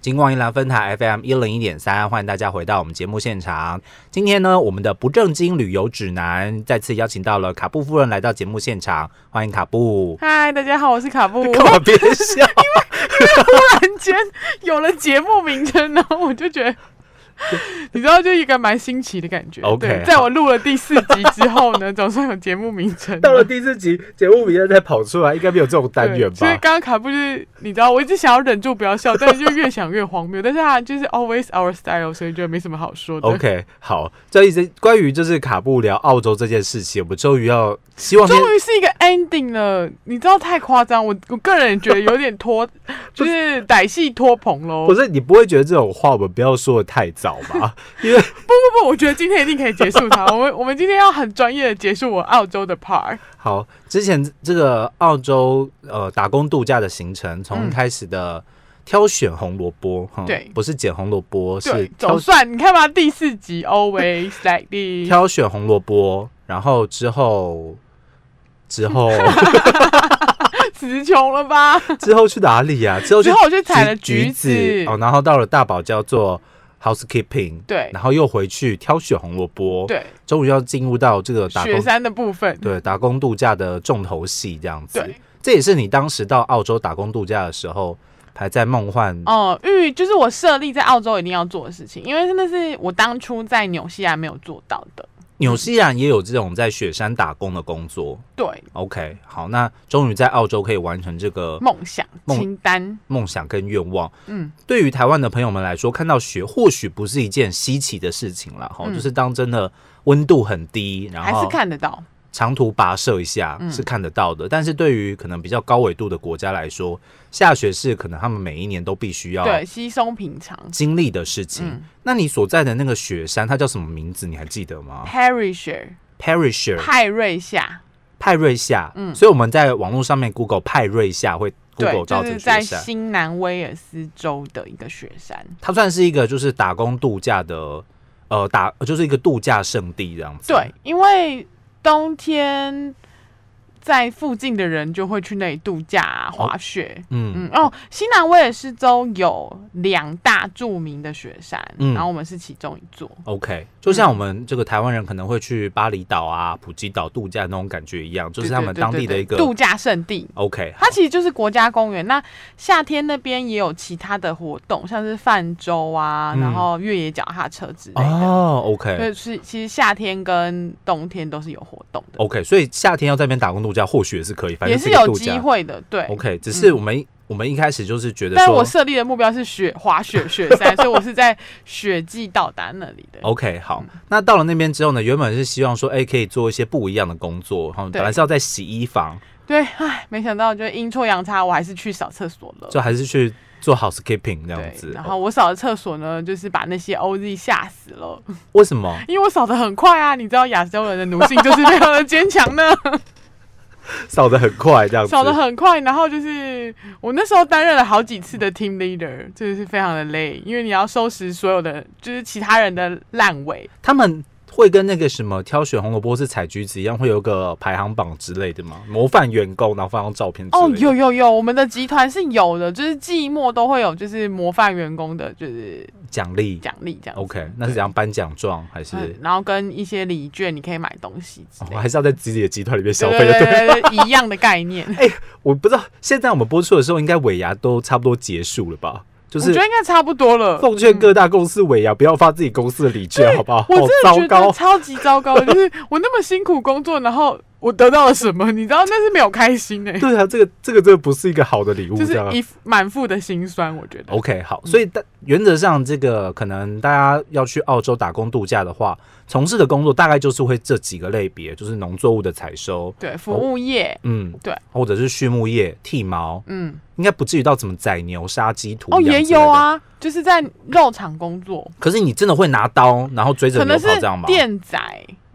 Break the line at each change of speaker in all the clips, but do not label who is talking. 金光银兰分台 FM 一零一点三，欢迎大家回到我们节目现场。今天呢，我们的不正经旅游指南再次邀请到了卡布夫人来到节目现场，欢迎卡布。
嗨，大家好，我是卡布。
干嘛别笑？
突然间有了节目名称，然后我 就觉得，你知道，就一个蛮新奇的感觉。
OK，
对在我录了第四集之后呢，总算有节目名称
到了第四集节目名单才跑出来，应该没有这种单元
对所以
吧？
刚刚卡布就是，你知道，我一直想要忍住不要笑，但是就越想越荒谬。但是他就是 always our style，所以就没什么好说的。
OK，好，这一直关于就是卡布聊澳洲这件事情，我们终于要希望今天
终于是一个 ending 了，你知道太夸张，我我个人觉得有 点拖，就是歹戏拖棚喽。
不是你不会觉得这种话我们不要说的太早吧？因为
不不，我觉得今天一定可以结束 它。我们我们今天要很专业的结束我澳洲的 part。
好，之前这个澳洲呃打工度假的行程，从
嗯
开始的挑选红萝卜，哼
对
不是捡红萝卜，是
对，
挑
总算你看吧，第四集 always like this。
挑选红萝卜，然后之后之后
词穷了吧？
之后去哪里呀、之后去
之后我去采了
橘
橘子
哦，然后到了大堡礁做 housekeeping，
对
然后又回去挑选红萝卜，，
对，
终于要进入到这个打
雪
工
山的部分，
对打工度假的重头戏这样子
对。
这也是你当时到澳洲打工度假的时候还在梦幻
哦，玉就是我设立在澳洲一定要做的事情，因为真的是我当初在纽西兰没有做到的。
纽西兰也有这种在雪山打工的工作。
对，
OK，好，那终于在澳洲可以完成这个
梦想
梦
清单，
梦想跟愿望。
嗯，
对于台湾的朋友们来说，看到雪或许不是一件稀奇的事情了哈，
嗯
就是当真的温度很低，然
还是
后
看得到。
长途跋涉一下
嗯
是看得到的。但是对于可能比较高纬度的国家来说，下雪是可能他们每一年都必须要
对，稀松平常。
经历的事情。
嗯
那你所在的那个雪山，它叫什么名字？你还记得吗
Perisher
？Perisher
派瑞夏，
派瑞夏，
嗯
所以我们在网络上面 Google 派瑞夏会
对，
Google 到
就
这
是
个
在
雪山，
新南威尔斯州的一个雪山。
它算是一个就是打工度假的，呃，打就是一个度假胜地这样子。
对，，因为冬天在附近的人就会去那里度假、啊、滑雪。
嗯，
嗯哦，新南威尔士州有两大著名的雪山，
嗯
然后我们是其中一座。
OK，就像我们这个台湾人可能会去巴厘岛啊、普吉岛度假那种感觉一样，就是
对
他
对
们
对
当
对
地的
对
一个
度假胜地。
OK
它其实就是国家公园。那夏天那边也有其他的活动，像是泛舟啊，
嗯
然后越野脚踏车之类的。
哦 OK
对，是其实夏天跟冬天都是有活动的，
OK，所以夏天要在那边打工度假，或许也是可以，反
也
正
是
一个
有
度
机
假。
会的。对
OK，只是我们一、我们一开始就是觉得
嗯但
说
我设立的目标是雪滑雪雪 山，所以我是在雪季到达那里的。
OK，好，
嗯
那到了那边之后呢，原本是希望说，哎、可以做一些不一样的工作，哈，本来是要在洗衣房，
对，唉，没想到就阴错阳差，我还是去扫厕所了。
就还是去做 housekeeping 这样
对
子，。哦
然后我扫的厕所呢，就是把那些 OZ 吓死了，
为什么？
因为我扫的很快啊，你知道亚洲人的奴性就是非常的坚强 呢，
扫的很快这样子，
扫的很快，然后就是我那时候担任了好几次的 team leader，真的是非常的累，因为你要收拾所有的就是其他人的烂尾，
他们会跟那个什么挑选红萝卜是采橘子一样，会有个排行榜之类的吗？模范员工，然后放张照片之类
哦，
的
有有有，我们的集团是有的，就是季末都会有，就是模范员工的，就是
奖励。
奖励这样子。
OK，那是怎样颁奖状还是？
嗯，然后跟一些礼券，你可以买东西之
哦
类的。
还是要在自己的集团里面消
对
费？
对对对，对一样的概念。
我不知道，现在我们播出的时候，应该尾牙都差不多结束了吧？就
我
是
觉得应该差不多了。
奉劝各大公司尾牙不要发自己公司的礼券，好不好？
我
好
真的觉
糟
得
糕。
超级糟糕的，就是我那么辛苦工作，然后我得到了什么？你知道那是没有开心哎、
对啊，这个这个真的不是一个好的礼物，
就是
这样。
一满腹的心酸。我觉得
OK，好，所以大原则上，这个可能大家要去澳洲打工度假的话，从事的工作大概就是会这几个类别，就是农作物的采收，
对服务业，
嗯，
对，
或者是畜牧业、剃毛，
嗯，
应该不至于到怎么宰牛、杀鸡、屠
哦
羊
也
之类
有
的。
啊，就是在肉场工作，
可是你真的会拿刀，然后追着
可
牛
能
跑
是
这样吗？
店仔。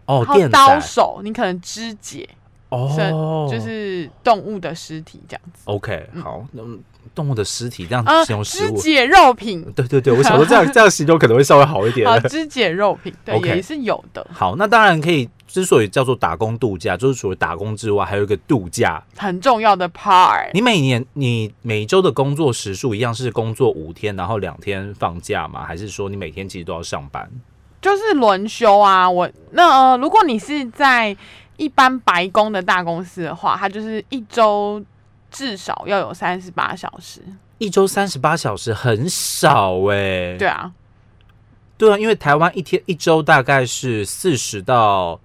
哦，
然后
电
刀
宰
手，你可能肢解，
哦，
就是动物的尸体这样子。
OK，
嗯
好，那嗯动物的尸体这样
呃
形容，食
肢
物，
解 肉品，
对对对，我 想说这样这样形容可能会稍微好一点。
好，肢解肉品，对，
OK
也是有的。
好，那当然可以之所以叫做打工度假，就是除了打工之外，还有一个度假。
很重要的 part。
你每年你每周的工作时数一样是工作五天，然后两天放假吗？还是说你每天其实都要上班？
就是轮休啊。我那、呃、如果你是在一般白宫的大公司的话，它就是一周至少要有三十八小时。
一周三十八小时很少哎、
对啊，
对啊，因为台湾一天一周大概是四十到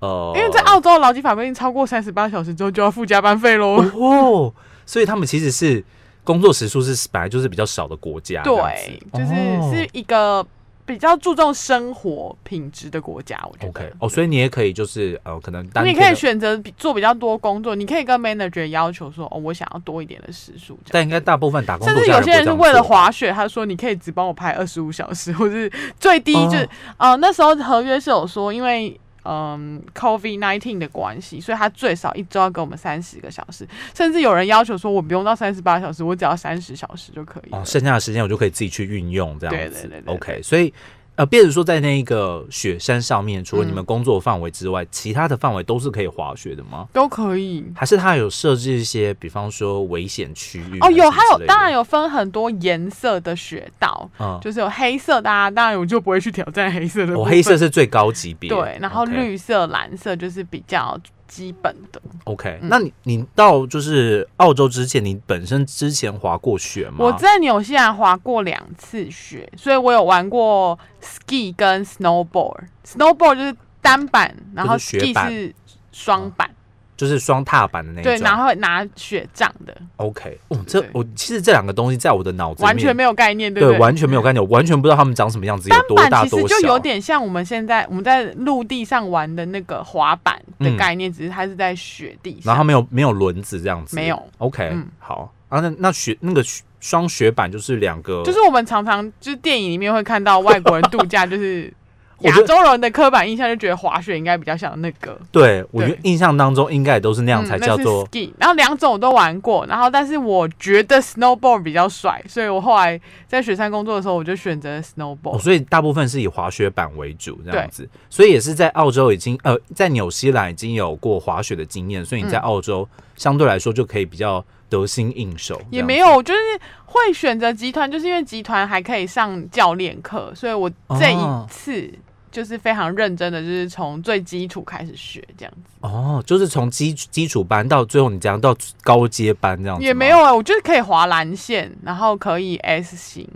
呃，
因为在澳洲的劳基法规定，超过三十八小时之后就要付加班费喽。
哦，所以他们其实是工作时数是本来就是比较少的国家，这样
对
子，
就是
哦
是一个比较注重生活品质的国家，我觉得
OK。哦，所以你也可以就是呃，可能单
你
天
可以
的
选择比做比较多工作，你可以跟 manager 要求说，哦，我想要多一点的时数这样。
但应该大部分打工
甚
度
至
假
有
人
些
不会
人
这
是
样
为了
做吧
滑雪，他说你可以只帮我拍二十五小时，或是最低就是、
哦
呃那时候合约是有说，因为嗯 COVID nineteen 的关系，所以他最少一周要给我们三十个小时，甚至有人要求说我不用到三十八小时，我只要三十小时就可以了。
哦，剩下的时间我就可以自己去运用这样
对
子。
对对对
OK，所以呃，变成说在那个雪山上面，除了你们工作范围之外，其他的范围都是可以滑雪的吗？
都可以。
还是它有设置一些，比方说危险区域啊
哦，有，还有，当然
有，
有分很多颜色的雪道，
嗯，
就是有黑色的、啊，当然我就不会去挑战黑色的部
我、哦
分。
黑色是最高级别，
对，然后
OK
绿色、蓝色就是比较基本的。
OK，,
嗯
那你你到就是澳洲之前，你本身之前滑过雪吗？
我在纽西兰滑过两次雪，所以我有玩过 ski 跟 snowboard。snowboard 就是单板，然后
雪
ski
板
是双板，
就是双踏板的那一
对，
种。
然后拿雪杖的，
OK，哦，这
对
我其实这两个东西在我的脑子里面
完全没有概念，对
对
不对？
完全没有概念，我完全不知道他们长什么样子，有
单
多大
板其
多
实
小。
就有点像我们现在我们在陆地上玩的那个滑板的
嗯
概念，只是它是在雪地
然
上。
后它没有没有轮子这样子，
没有。
OK，、
嗯
好啊，那那雪那个雪双雪板就是两个，
就是我们常常就是电影里面会看到外国人度假，就是
我
亚
觉得
洲人的刻板印象就觉得滑雪应该比较像那个，
对我觉得
对
印象当中应该也都是那样
嗯
才叫做、
那是 ski。然后两种我都玩过，然后但是我觉得 snowboard 比较帅，所以我后来在雪山工作的时候，我就选择了
哦，
snowboard。
所以大部分是以滑雪板为主这样子，所以也是在澳洲已经呃在纽西兰已经有过滑雪的经验，所以你在
嗯
澳洲相对来说就可以比较得心应手这样子，
也没有，就是会选择集团，就是因为集团还可以上教练课，所以我这
哦
一次就是非常认真的，就是从最基础开始学这样子。
哦，就是从基基础班到最后你讲到高阶班这样子吗，
也没有啊、我就是可以滑蓝线，然后可以 S 型，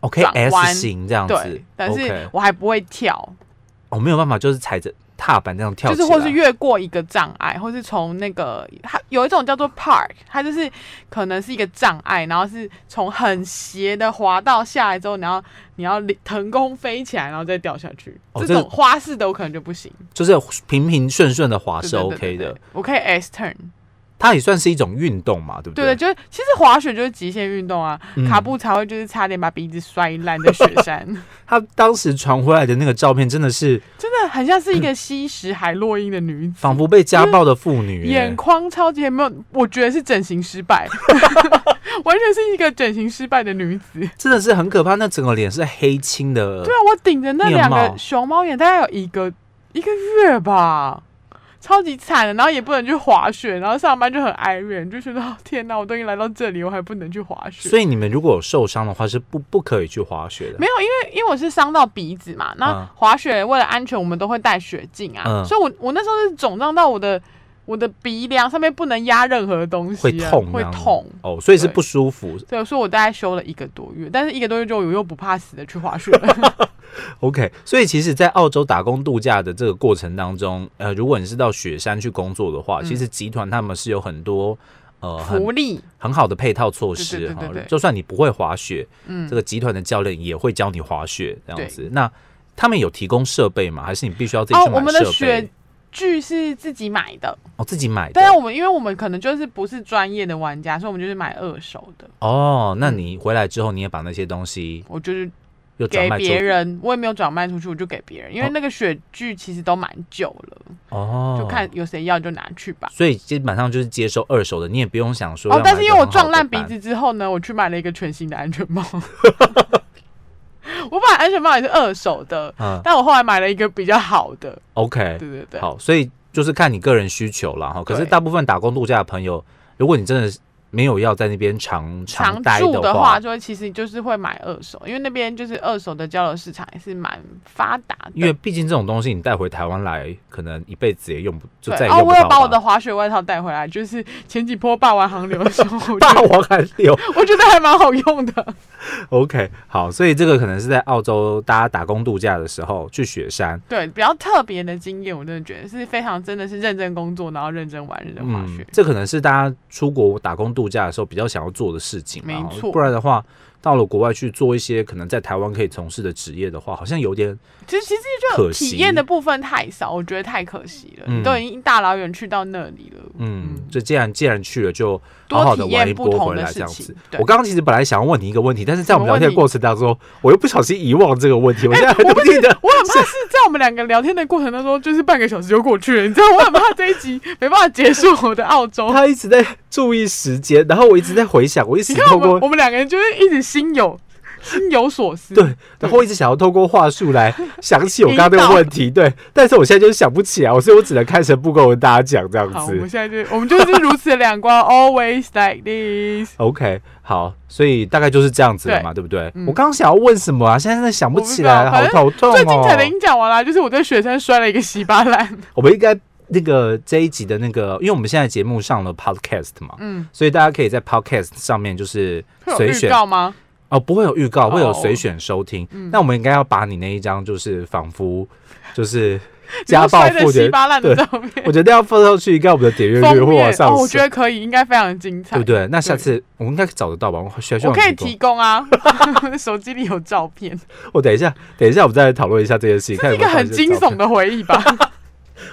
OK
转
S
弯
型这样子
对，，但
o
是
k
我还不会跳，
哦没有办法，就是踩着踏板这样跳
就
起
是
来，
或是越过一个障碍，或是从那个它有一种叫做 park，它就是可能是一个障碍，然后是从很斜的滑道下来之后，然后你要腾空飞起来，然后再掉下去。
哦
这
这
种花式的我可能就不行，
就是平平顺顺的滑啊
对
是
对
OK
对对
的
对，我可以 S turn，
它也算是一种运动嘛，对不
对对，就是其实滑雪就是极限运动啊，
嗯
卡布才会就是差点把鼻子摔烂的雪 山，
他当时传回来的那个照片，真的是
真的很像是一个吸食海洛因的女子。
仿佛被家暴的妇女、欸
眼眶超级没有，我觉得是整形失败， 完全是一个整形失败的女子。
真的是很可怕。那整个脸是黑青的，
对啊，我顶着那两
面貌
个熊猫眼，大概有一个一个月吧，超级惨的。然后也不能去滑雪，然后上班就很哀怨，就觉得哦天哪，我都已经来到这里，我还不能去滑雪。
所以你们如果有受伤的话，是不不可以去滑雪的
没。有，因为因为我是伤到鼻子嘛，那
嗯
滑雪为了安全，我们都会戴雪镜啊，
嗯
所以我我那时候是肿胀到我的我的鼻梁上面不能压任何东西、
会
啊，
痛，
会痛。
哦，所以是
对
不舒服。
对，所以我大概休了一个多月，但是一个多月之后，我又不怕死的去 滑雪了。
OK，所以其实，在澳洲打工度假的这个过程当中，呃，如果你是到雪山去工作的话，
嗯
其实集团他们是有很多呃很
福利，
很好的配套措
对
施
对对
哈
对对。
就算你不会滑雪，
嗯
这，个集团的教练也会教你滑雪这样子。那他们有提供设备吗？还是你必须要自己
哦
去，
我
买
们的
设
雪
备？
具是自己买的，
哦，自己买的
但。是我们因为我们可能就是不是专业的玩家，所以我们就是买二手的。
哦，那
嗯
你回来之后，你也把那些东西
我就是
又转
给
卖出
别人，我也没有转卖出去，我就给别人，因为那个雪具其实都蛮久了，
哦，
就看。有谁要就拿去吧。
所以基本上就是接收二手的，你也不用想说要
哦，
买一个
但
很好的板。
是因为我撞烂鼻子之后呢，我去买了一个全新的安全帽。 我本来安全帽也是二手的，
嗯
但我后来买了一个比较好的。
，OK，
对对对，
好，所以就是看你个人需求了哈。可是
对
大部分打工度假的朋友，如果你真的没有要在那边长
常
待
住
的
话，就会其实就是会买二手，因为那边就是二手的交流市场也是蛮发达的。
因为毕竟这种东西你带回台湾来，可能一辈子也用不，就再
对
也
哦，
用不
我有
到
把我 的
吧。
滑雪外套带回来，就是前几波霸王航流的时 候，我觉
霸
得
王寒流
我觉得还蛮好用的。
，OK，好，所以这个可能是在澳洲大家打工度假的时候去雪山，
对，比较特别的经验，我真的觉得是非常真的是认真工作，然后认真玩，认真滑
嗯
雪，。
这可能是大家出国打工度假的时候比较想要做的事情啦，
没错
不然的话，到了国外去做一些可能在台湾可以从事的职业的话，好像有点嗯
其实其实就
可惜
体验的部分太少，我觉得太可惜了。
嗯
你都已经大老远去到那里了，
嗯
嗯，
就既然既然去了，就好好
多
的
体
玩一
验不
波
同
回
的
来这
事
样子
情。。对
我，刚刚其实本来想要问你一个问题，但是在我们
什么
聊
问哎
天的过程当中，我又不小心遗忘这个问题，我现在还不记得。
我很怕是在我们两个聊天的过程当中，就是半个小时就过去了，你知道，我很怕这一集 没办法结束我的澳洲。
他一直在注意时间，然后我一直在回想，我一直
你看
透
我们我
过
们两个人就是一直心有 心有所思，
对，然后一直想要透过话术来想起我刚刚那个问题，对，但是我现在就是想不起来，所以我只能开诚布公跟大家讲这样
好，我们
子。
现在就我们就是如此的两光 ，always like this。
OK，好，所以大概就是这样子了
对
嘛，对不对？
嗯
我刚刚想要问什么啊？现在真的想不
我不
起
知道
来了，好
反正
头痛哦。
最精彩的已经讲完了，就是我对雪山摔了一个稀巴烂。
我们应该那个这一集的那个，因为我们现在节目上了 podcast 嘛，
嗯，
所以大家可以在 podcast 上面就是
会有
随
预
选
告吗？
哦，不会有预告，
哦
会有随选收听。
嗯
那我们应该要把你那一张就是仿 佛就是家暴
你
妇
说摔的稀
的，
巴烂的
对
照片，
我觉得要放上去，应该我们的点阅率
封
会往
面
上
哦，我觉
升。
得可以，应该非常精彩
对不。对？那下次我们应该找得到吧？我需要需要
我可以
提供
提供啊， 手机里有照 片，
我等一下，等一下，我们再来讨论一下这件事情。看有
是一
没有
个很
放些
惊
照片
悚的回忆吧，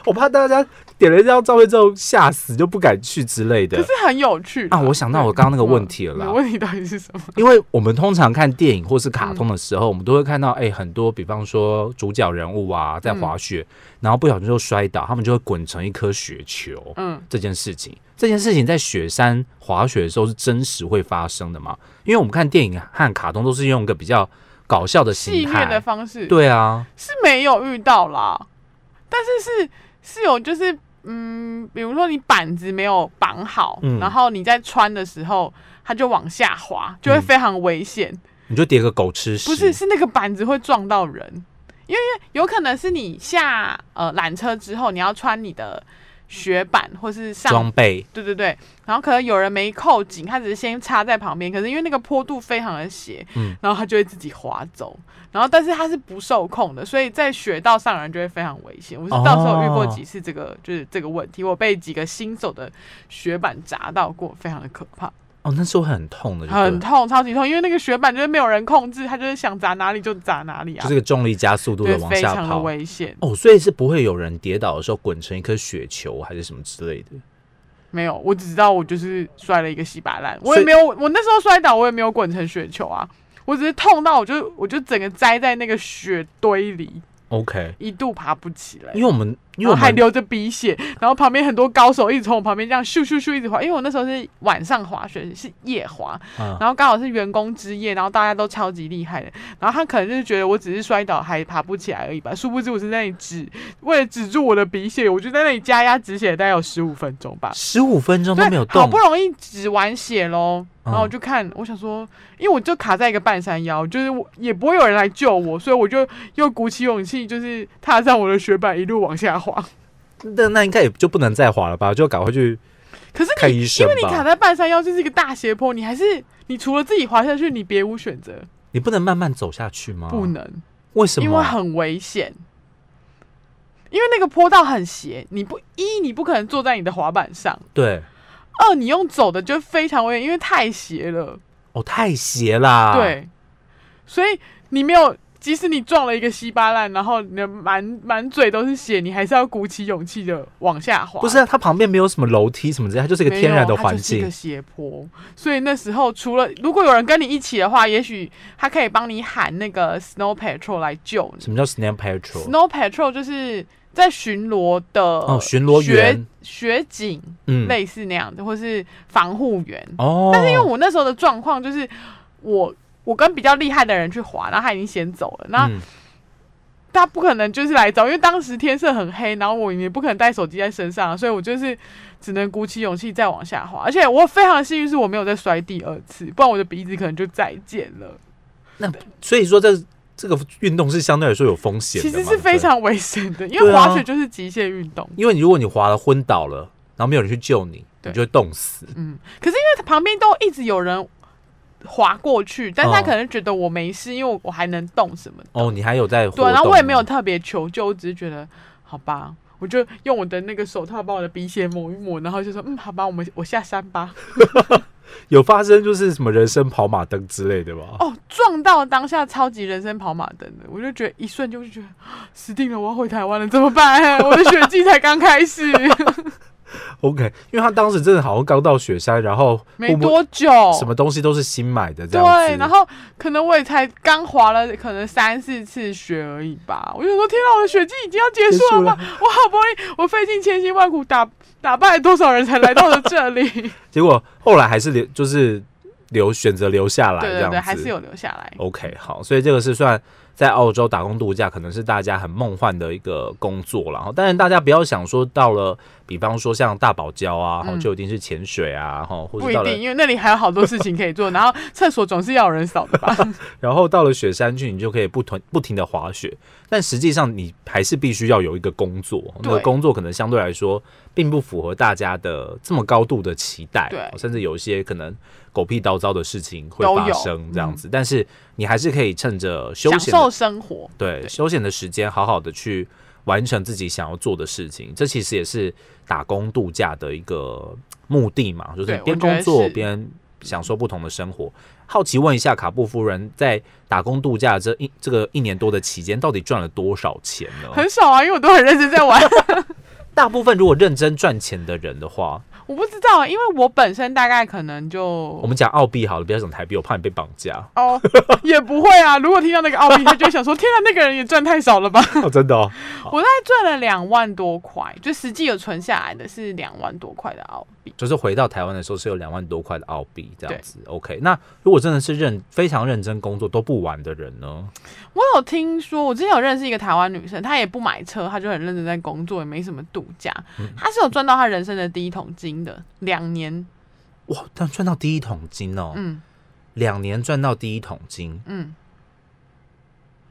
我怕大家点了这张照片之后吓死，就不敢去之类
可
的
是很有趣
啊！我想到我刚刚那
嗯那
个问题了啦。
问题到底是什么？
因为我们通常看电影或是卡
嗯
通的时候，我们都会看到，哎、很多比方说主角人物啊，
嗯
在滑雪，然后不小心就摔倒，他们就会滚成一颗雪球。
嗯，
这件事情，这件事情在雪山滑雪的时候是真实会发生的嘛？因为我们看电影和卡通都是用一个比较搞笑的
戏
形
虐的
态，
方式
对啊，
是没有遇到啦，但是是是有就是嗯，比如说你板子没有绑好，
嗯
然后你在穿的时候它就往下滑，就会
嗯
非常危险。
你就叠个狗吃屎，
不是，是那个板子会撞到人，因为因为有可能是你下呃缆车之后，你要穿你的雪板或是上
装，备，
对对对，然后可能有人没扣紧，他只是先插在旁边，可是因为那个坡度非常的斜，
嗯
然后他就会自己滑走，然后但是他是不受控的，所以在雪道上的人就会非常危险。我是到时候遇过
哦
几次这个、就是这个问题，我被几个新手的雪板砸到过，非常的可怕。
哦，那时候很痛的，就对了
很痛，超级痛，因为那个雪板就是没有人控制，它就是想砸哪里就砸哪里啊，
就是个重力加速度的
对，
往
非
下
常的
跑。
危险。
哦，所以是不会有人跌倒的时候滚成一颗雪球还是什么之类的。
没有，我只知道我就是摔了一个稀巴烂，我
所
也
以
没有，我那时候摔倒，我也没有滚成雪球啊，我只是痛到我就我就整个栽在那个雪堆里，
OK，
一度爬不起来
因。为我们因
然
为
后
我
还
们
流着鼻血，然后旁边很多高手一直从我旁边这样咻咻咻一直滑，因为我那时候是晚上滑雪，是夜滑，
嗯
然后刚好是员工之夜，然后大家都超级厉害的，然后他可能就是觉得我只是摔倒还爬不起来而已吧，殊不知我是在那里止，为了止住我的鼻血，我就在那里加压止血，大概有十五分钟吧。
十五分钟哦都
对，
没有
好
动
不，容易止完血喽，然后
嗯
我就看，我想说，因为我就卡在一个半山腰，就是我也不会有人来救我，所以我就又鼓起勇气，就是踏上我的雪板，一路往下滑。
那那应该也就不能再滑了吧？就赶快去
可是
看
你
医生
因为你
吧。
卡在半山腰，就是一个大斜坡，你还是你除了自己滑下去，你别无选择，
你不能慢慢走下去吗？
不，能，
为哦什么？
因为很危险。因为那个坡道很斜，你不一你不可能坐在你的滑板上，
对
二你用走的就非常危险，因为太斜了。
哦，太斜啦。，
对，所以你没有，即使你撞了一个稀巴烂，然后你的满满嘴都是血，你还是要鼓起勇气的往下滑。
不是、啊、它旁边没有什么楼梯什么之类，它就是一
没有，
个天然的
它
环
就是一
境
个。斜坡。所以那时候除了如果有人跟你一起的话，也许他可以帮你喊那个 Snow Patrol 来救你。
什么叫 Snap Patrol？
Snow Patrol 就是在巡逻的
哦巡逻员
学、雪警
嗯，
类似那样的，或是防护员。
哦，
但是因为我那时候的状况就是我我跟比较厉害的人去滑，然后他已经先走了，那
嗯
他不可能就是来找，因为当时天色很黑，然后我也不可能带手机在身上，所以我就是只能鼓起勇气再往下滑。而且我非常幸运是我没有再摔第二次，不然我的鼻子可能就再见了。
所以说这这个运动是相对来说有风险的
其
嘛，
实是
对不对
非常危险的，因
对
为
啊
滑雪就是极限运动。
因为你如果你滑了昏倒了，然后没有人去救你，
对
你就会冻死。
嗯，可是因为旁边都一直有人滑过去，但是他
哦
可能觉得我没事，因为我我还能动什么的。
哦，你还有在活
对，然后我也没有
动
特别求救，我只是觉得好吧，我就用我的那个手套把我的鼻血抹一抹，然后就说嗯，好吧，我们我下山吧。
有发生就是什么人生跑马灯之类的吧？
哦，撞到当下超级人生跑马灯的，我就觉得一瞬间我就觉得死定了，我要回台湾了，怎么办？我的雪季才刚 开始，
OK，因为他当时真的好像刚到雪山，然后
没
不
多久，
什么东西都是新买的这样子。
对，然后可能我也才刚滑了可能三四次雪而已吧，我就说天啊，我的雪季已经要结
结
束
束
了吗？我好不容易，我费尽千辛万苦打打败多少人才来到了这里？
结果后来还是留，就是留选择留下来
对
这
对
样子。
对，还是有留下来。
OK，好，所以这个是算在澳洲打工度假，可能是大家很梦幻的一个工作然后当然大家不要想说到了，比方说像大堡礁啊，
嗯
好就一定是潜水啊，哈，或
不
者
一
到了
定，因为那里还有好多事情可以做，然后厕所总是要有人扫的吧？
然后到了雪山去，你就可以不停不停的滑雪，但实际上你还是必须要有一个工作，那个
对
工作可能相对来说并不符合大家的这么高度的期待，
对
甚至有一些可能狗屁倒灶的事情会
都
发
有嗯
生这样子，但是你还是可以趁着 休
享
闲哦
受生活，
对
对
休闲的时间，好好的去完成自己想要做的事情，这其实也是打工度假的一个目的嘛，就是
对
边
我觉得
工作
是
边享受不同的生活。好奇问一下，卡布夫人在打工度假这一这个一年多的期间，到底赚了多少钱呢？
很少啊，因为我都很认真在玩。
大部分如果认真赚钱的人的话，
我不知道，因为我本身大概可能就
我们讲澳币好了，不要讲台币，我怕你被绑架
哦，也不会啊。如果听到那个奥秘，他就会想说：天啊，那个人也赚太少了吧？
哦，真的、哦。
我大概赚了两万多块，就实际有存下来的是两万多块的澳币。
就是回到台湾的时候是有两万多块的澳币这样子，OK。那如果真的是认非常认真工作都不玩的人呢？
我有听说，我之前有认识一个台湾女生，她也不买车，她就很认真在工作，也没什么度假，
嗯
她是有赚到她人生的第一桶金的，两年。
哇，但赚到第一桶金哦，
嗯
两、年赚到第一桶金，
嗯，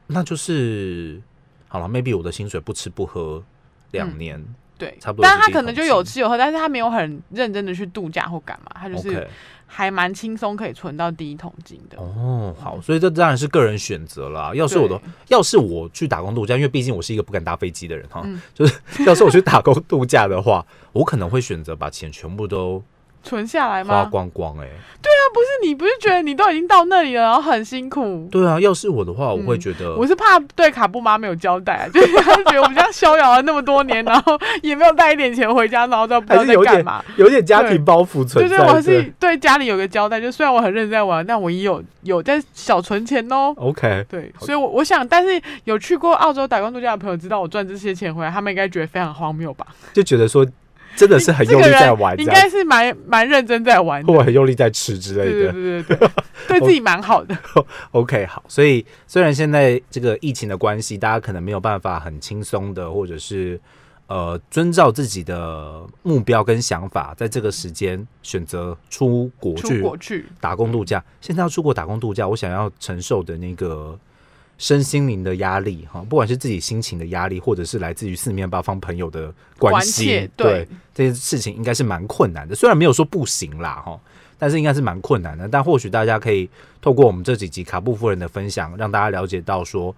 那就是好了，maybe 我的薪水不吃不喝两
嗯
年、
对，
差不多
但
是
她
第一桶
可能就有吃有喝，但是她没有很认真的去度假或干嘛，她就
o
是
k
还蛮轻松可以存到第一桶金的。
哦，好，所以这当然是个人选择啦。要是我的
对，
要是我去打工度假，因为毕竟我是一个不敢搭飞机的人哈，
嗯
就是 要是我去打工度假的话，我可能会选择把钱全部都
存下来
花
吗？
光光、欸。哎，
不是，你不是觉得你都已经到那里了，然后很辛苦？
对啊，要是我的话，我会
嗯
觉得、
我是怕对卡布妈没有交代、啊，就是她觉得我们这样逍遥了那么多年，然后也没有带一点钱回家，然后都不知道
还是
在
有
干
点
嘛。
有点家庭包袱
对
存在。
对，我还是对家里有个交代，就虽然我很认真在玩，但我也有有在小存钱哦。
OK，
对，
好
所以我，我想，但是有去过澳洲打工度假的朋友知道我赚这些钱回来，他们应该觉得非常荒谬吧？
就觉得说真的是很
这
用
个
力
人
在玩，这
应
样
该是蛮蛮认真在 玩的
或，很用力在吃之
对
类
对
的。
对对对，对自己蛮好的。
OK，好，所以虽然现在这个疫情的关系，大家可能没有办法很轻松的，或者是呃遵照自己的目标跟想法，在这个时间选择出国
出
去
国去，
打工度假。现在要出国打工度假，我想要承受的那个身心灵的压力哈，不管是自己心情的压力，或者是来自于四面八方朋友的关
关
系
切，
对
对
这些事情应该是蛮困难的。虽然没有说不行啦哈，但是应该是蛮困难的。但或许大家可以透过我们这几集卡布夫人的分享，让大家了解到说。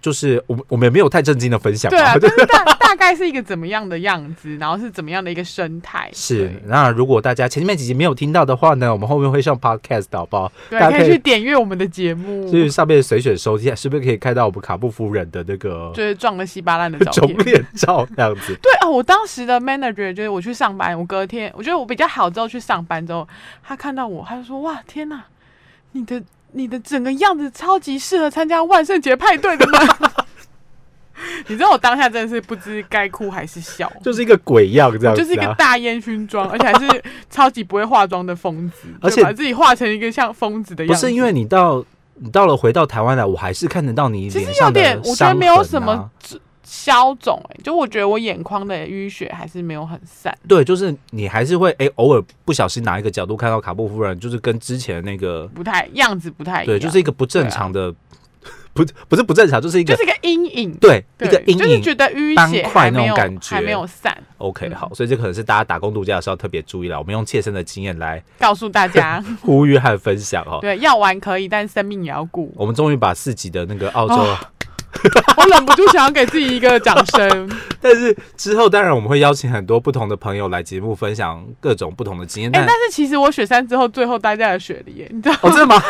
就是我们我们也没有太震惊的分享嘛，
对啊，就是 大大概是一个怎么样的样子，然后是怎么样的一个生态，
是。那如果大家前面几集没有听到的话呢，我们后面会上 podcast 好不好？
对，
大家
对
可
可
以
以去点阅我们的节目，
所以上面随选收听，是不是可以看到我们卡布夫人的那个
就是撞了稀巴烂的照
肿
片。
脸照这样子？
对哦，我当时的 manager 就是我去上班，我隔天我觉得我比较好之后去上班之后，他看到我，他就说：“哇，天哪，你的你的整个样子超级适合参加万圣节派对的嘛！” 你知道我当下真的是不知该哭还是笑，
就是一个鬼样这样子、啊，
就是一个大烟熏妆，而且还是超级不会化妆的疯子，
而
就
且
把自己化成一个像疯子的
不
样子。
是因为你到你到了回到台湾来，我还是看得到你
其
脸
实有
上的
点，我觉得
伤
没有
痕
什
啊
么只消肿，哎，就我觉得我眼眶的淤血还是没有很散。
对，就是你还是会哎、偶尔不小心哪一个角度看到卡布夫人，就是跟之前的那个
不太样子不太一样，啊
对，就是一个不正常的，不不是不正常，就是一个、
就是一个阴影，
对一个
对，
阴
就是
影。
觉得淤
斑
血
块
还
那种
没有
感觉
还没有散。
OK，
嗯
好，所以这可能是大家打工度假的时候要特别注意了。我们用切身的经验来
告诉 大家，
呼吁和分享哦。
对，药丸可以，但生命也要顾。
我们终于把四集的那个澳洲，
哦我忍不住想要给自己一个掌 声。
但是之后当然我们会邀请很多不同的朋友来节目分享各种不同的经验。
哎、
但
但是其实我雪山之后最后待在了雪梨耶，你知道，
哦，真的吗？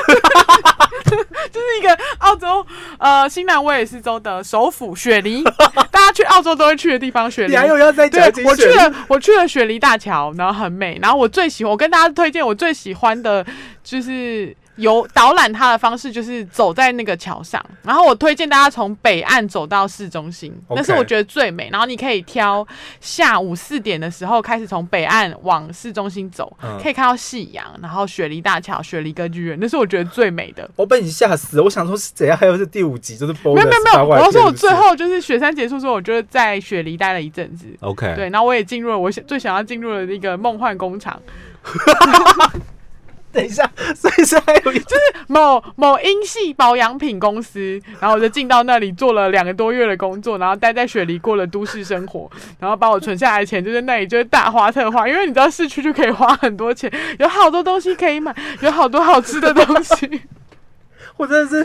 就是一个澳洲呃新南威尔士州的首府雪梨， 大家去澳洲都会去的地方，雪
你
梨。
还有要 再讲
对，
精
我去
选
了，我去了雪梨大桥，然后很美。然后我最喜欢，我跟大家推荐我最喜欢的就是游导览它的方式，就是走在那个桥上。然后我推荐大家从北岸走到市中心
OK
那是我觉得最美。然后你可以挑下午四点的时候开始从北岸往市中心走，
嗯
可以看到夕阳，然后雪梨大桥、雪梨歌剧院，那是我觉得最美的。
我被你吓死了！我想说是怎样？还有是第五集就是没
没有没有没有，我要说我最后就是雪山结束之后，我就在雪梨待了一阵子，
OK
对，然后我也进入了我想最想要进入的那个梦幻工厂，
等一下， 所以是还有一只
某某英系保养品公司，然后我就进到那里做了两个多月的工作，然后待在雪梨过了都市生活， 然后把我存下来的钱就在那里就是大花特花，因为你知道市区就可以花很多钱，有好多东西可以买，有好多好吃的东西，
我真的是，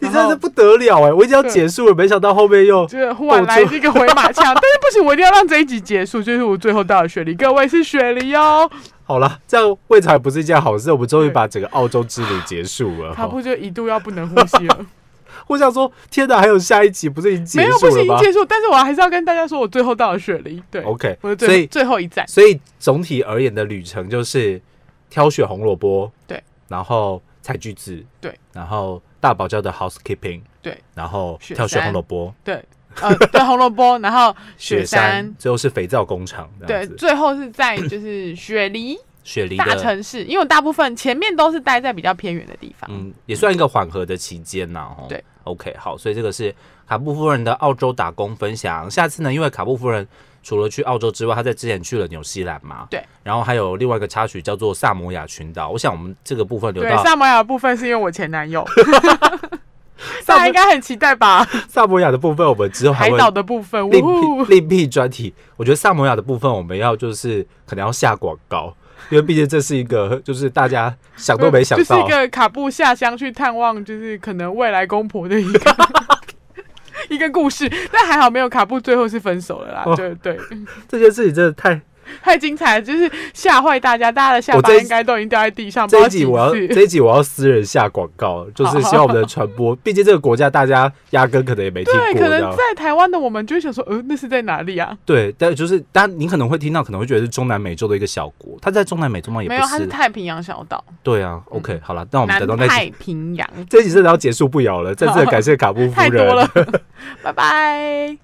你
然后
真的是不得了哎！我已经要结束了，没想到后面又
就是忽然来这个回马枪，但是不行，我一定要让这一集结束，就是我最后到了雪梨，各位是雪梨哦，
好了，这样未尝也不是一件好事。我们终于
对
把整个澳洲之旅结束了。
卡
哈
布就一度要不能呼吸了。
我想说，天哪，还有下一集，不是已经
没
结
有，
束
不行，
了
已经
吗
结束。但是我还是要跟大家说，我最后到了雪梨，对
？OK，
我的
所
最
以
后最后一站，
所以总体而言的旅程就是挑选红萝卜，
对，
然后采橘子，
对，
然后大堡礁的 housekeeping，
对，
然后
雪
挑选
山
红萝卜，
对，呃， 对，红萝卜，然后
雪
雪山，
最后是肥皂工厂，这样
对，
子
最后是在就是雪梨
雪梨
大
的，
城市，因为我大部分前面都是待在比较偏远的地方，
嗯，也算一个缓和的期间呐、吼
对
，OK，好，所以这个是卡布夫人的澳洲打工分享。下次呢，因为卡布夫人除了去澳洲之外，她在之前去了纽西兰嘛，
对，
然后还有另外一个插曲叫做萨摩亚群岛。我想我们这个部分留
对，
到
萨摩亚的部分是因为我前 男友，
萨
大
摩
家应该很期待吧？
萨摩亚的部分，我们之后还
海
会
岛的部分，
另
呜
辟
呼，
另辟专题。我觉得萨摩亚的部分，我们要就是可能要下广告，因为毕竟这是一个就是大家想都没 想
就是
到
一，个卡布下乡去探望，就是可能未来公婆的 一个一个故事，但还好没有卡布最后是分手了啦，
哦
对对，
这件事情真的太
太精彩了，就是吓坏大家，大家的下
我
巴
这一
应该都已经掉在地上，不知
这
道
一
几
集我要
次。
这一集我要私人下广告，就是希望我们的传播，毕竟这个国家大家压根可能也没听
对，
过这
可能
样。
在台湾的我们就会想说，呃，那是在哪里啊？
对，但就是当然你可能会听到，可能会觉得是中南美洲的一个小国，它在中南美洲吗？也不
没有，它是
是。
太平洋小岛，
对啊，OK，好了，那我们
南
等到那集
太 平洋，
这一集真的要结束不了了，再次地感谢卡布夫人。
太多了，拜拜。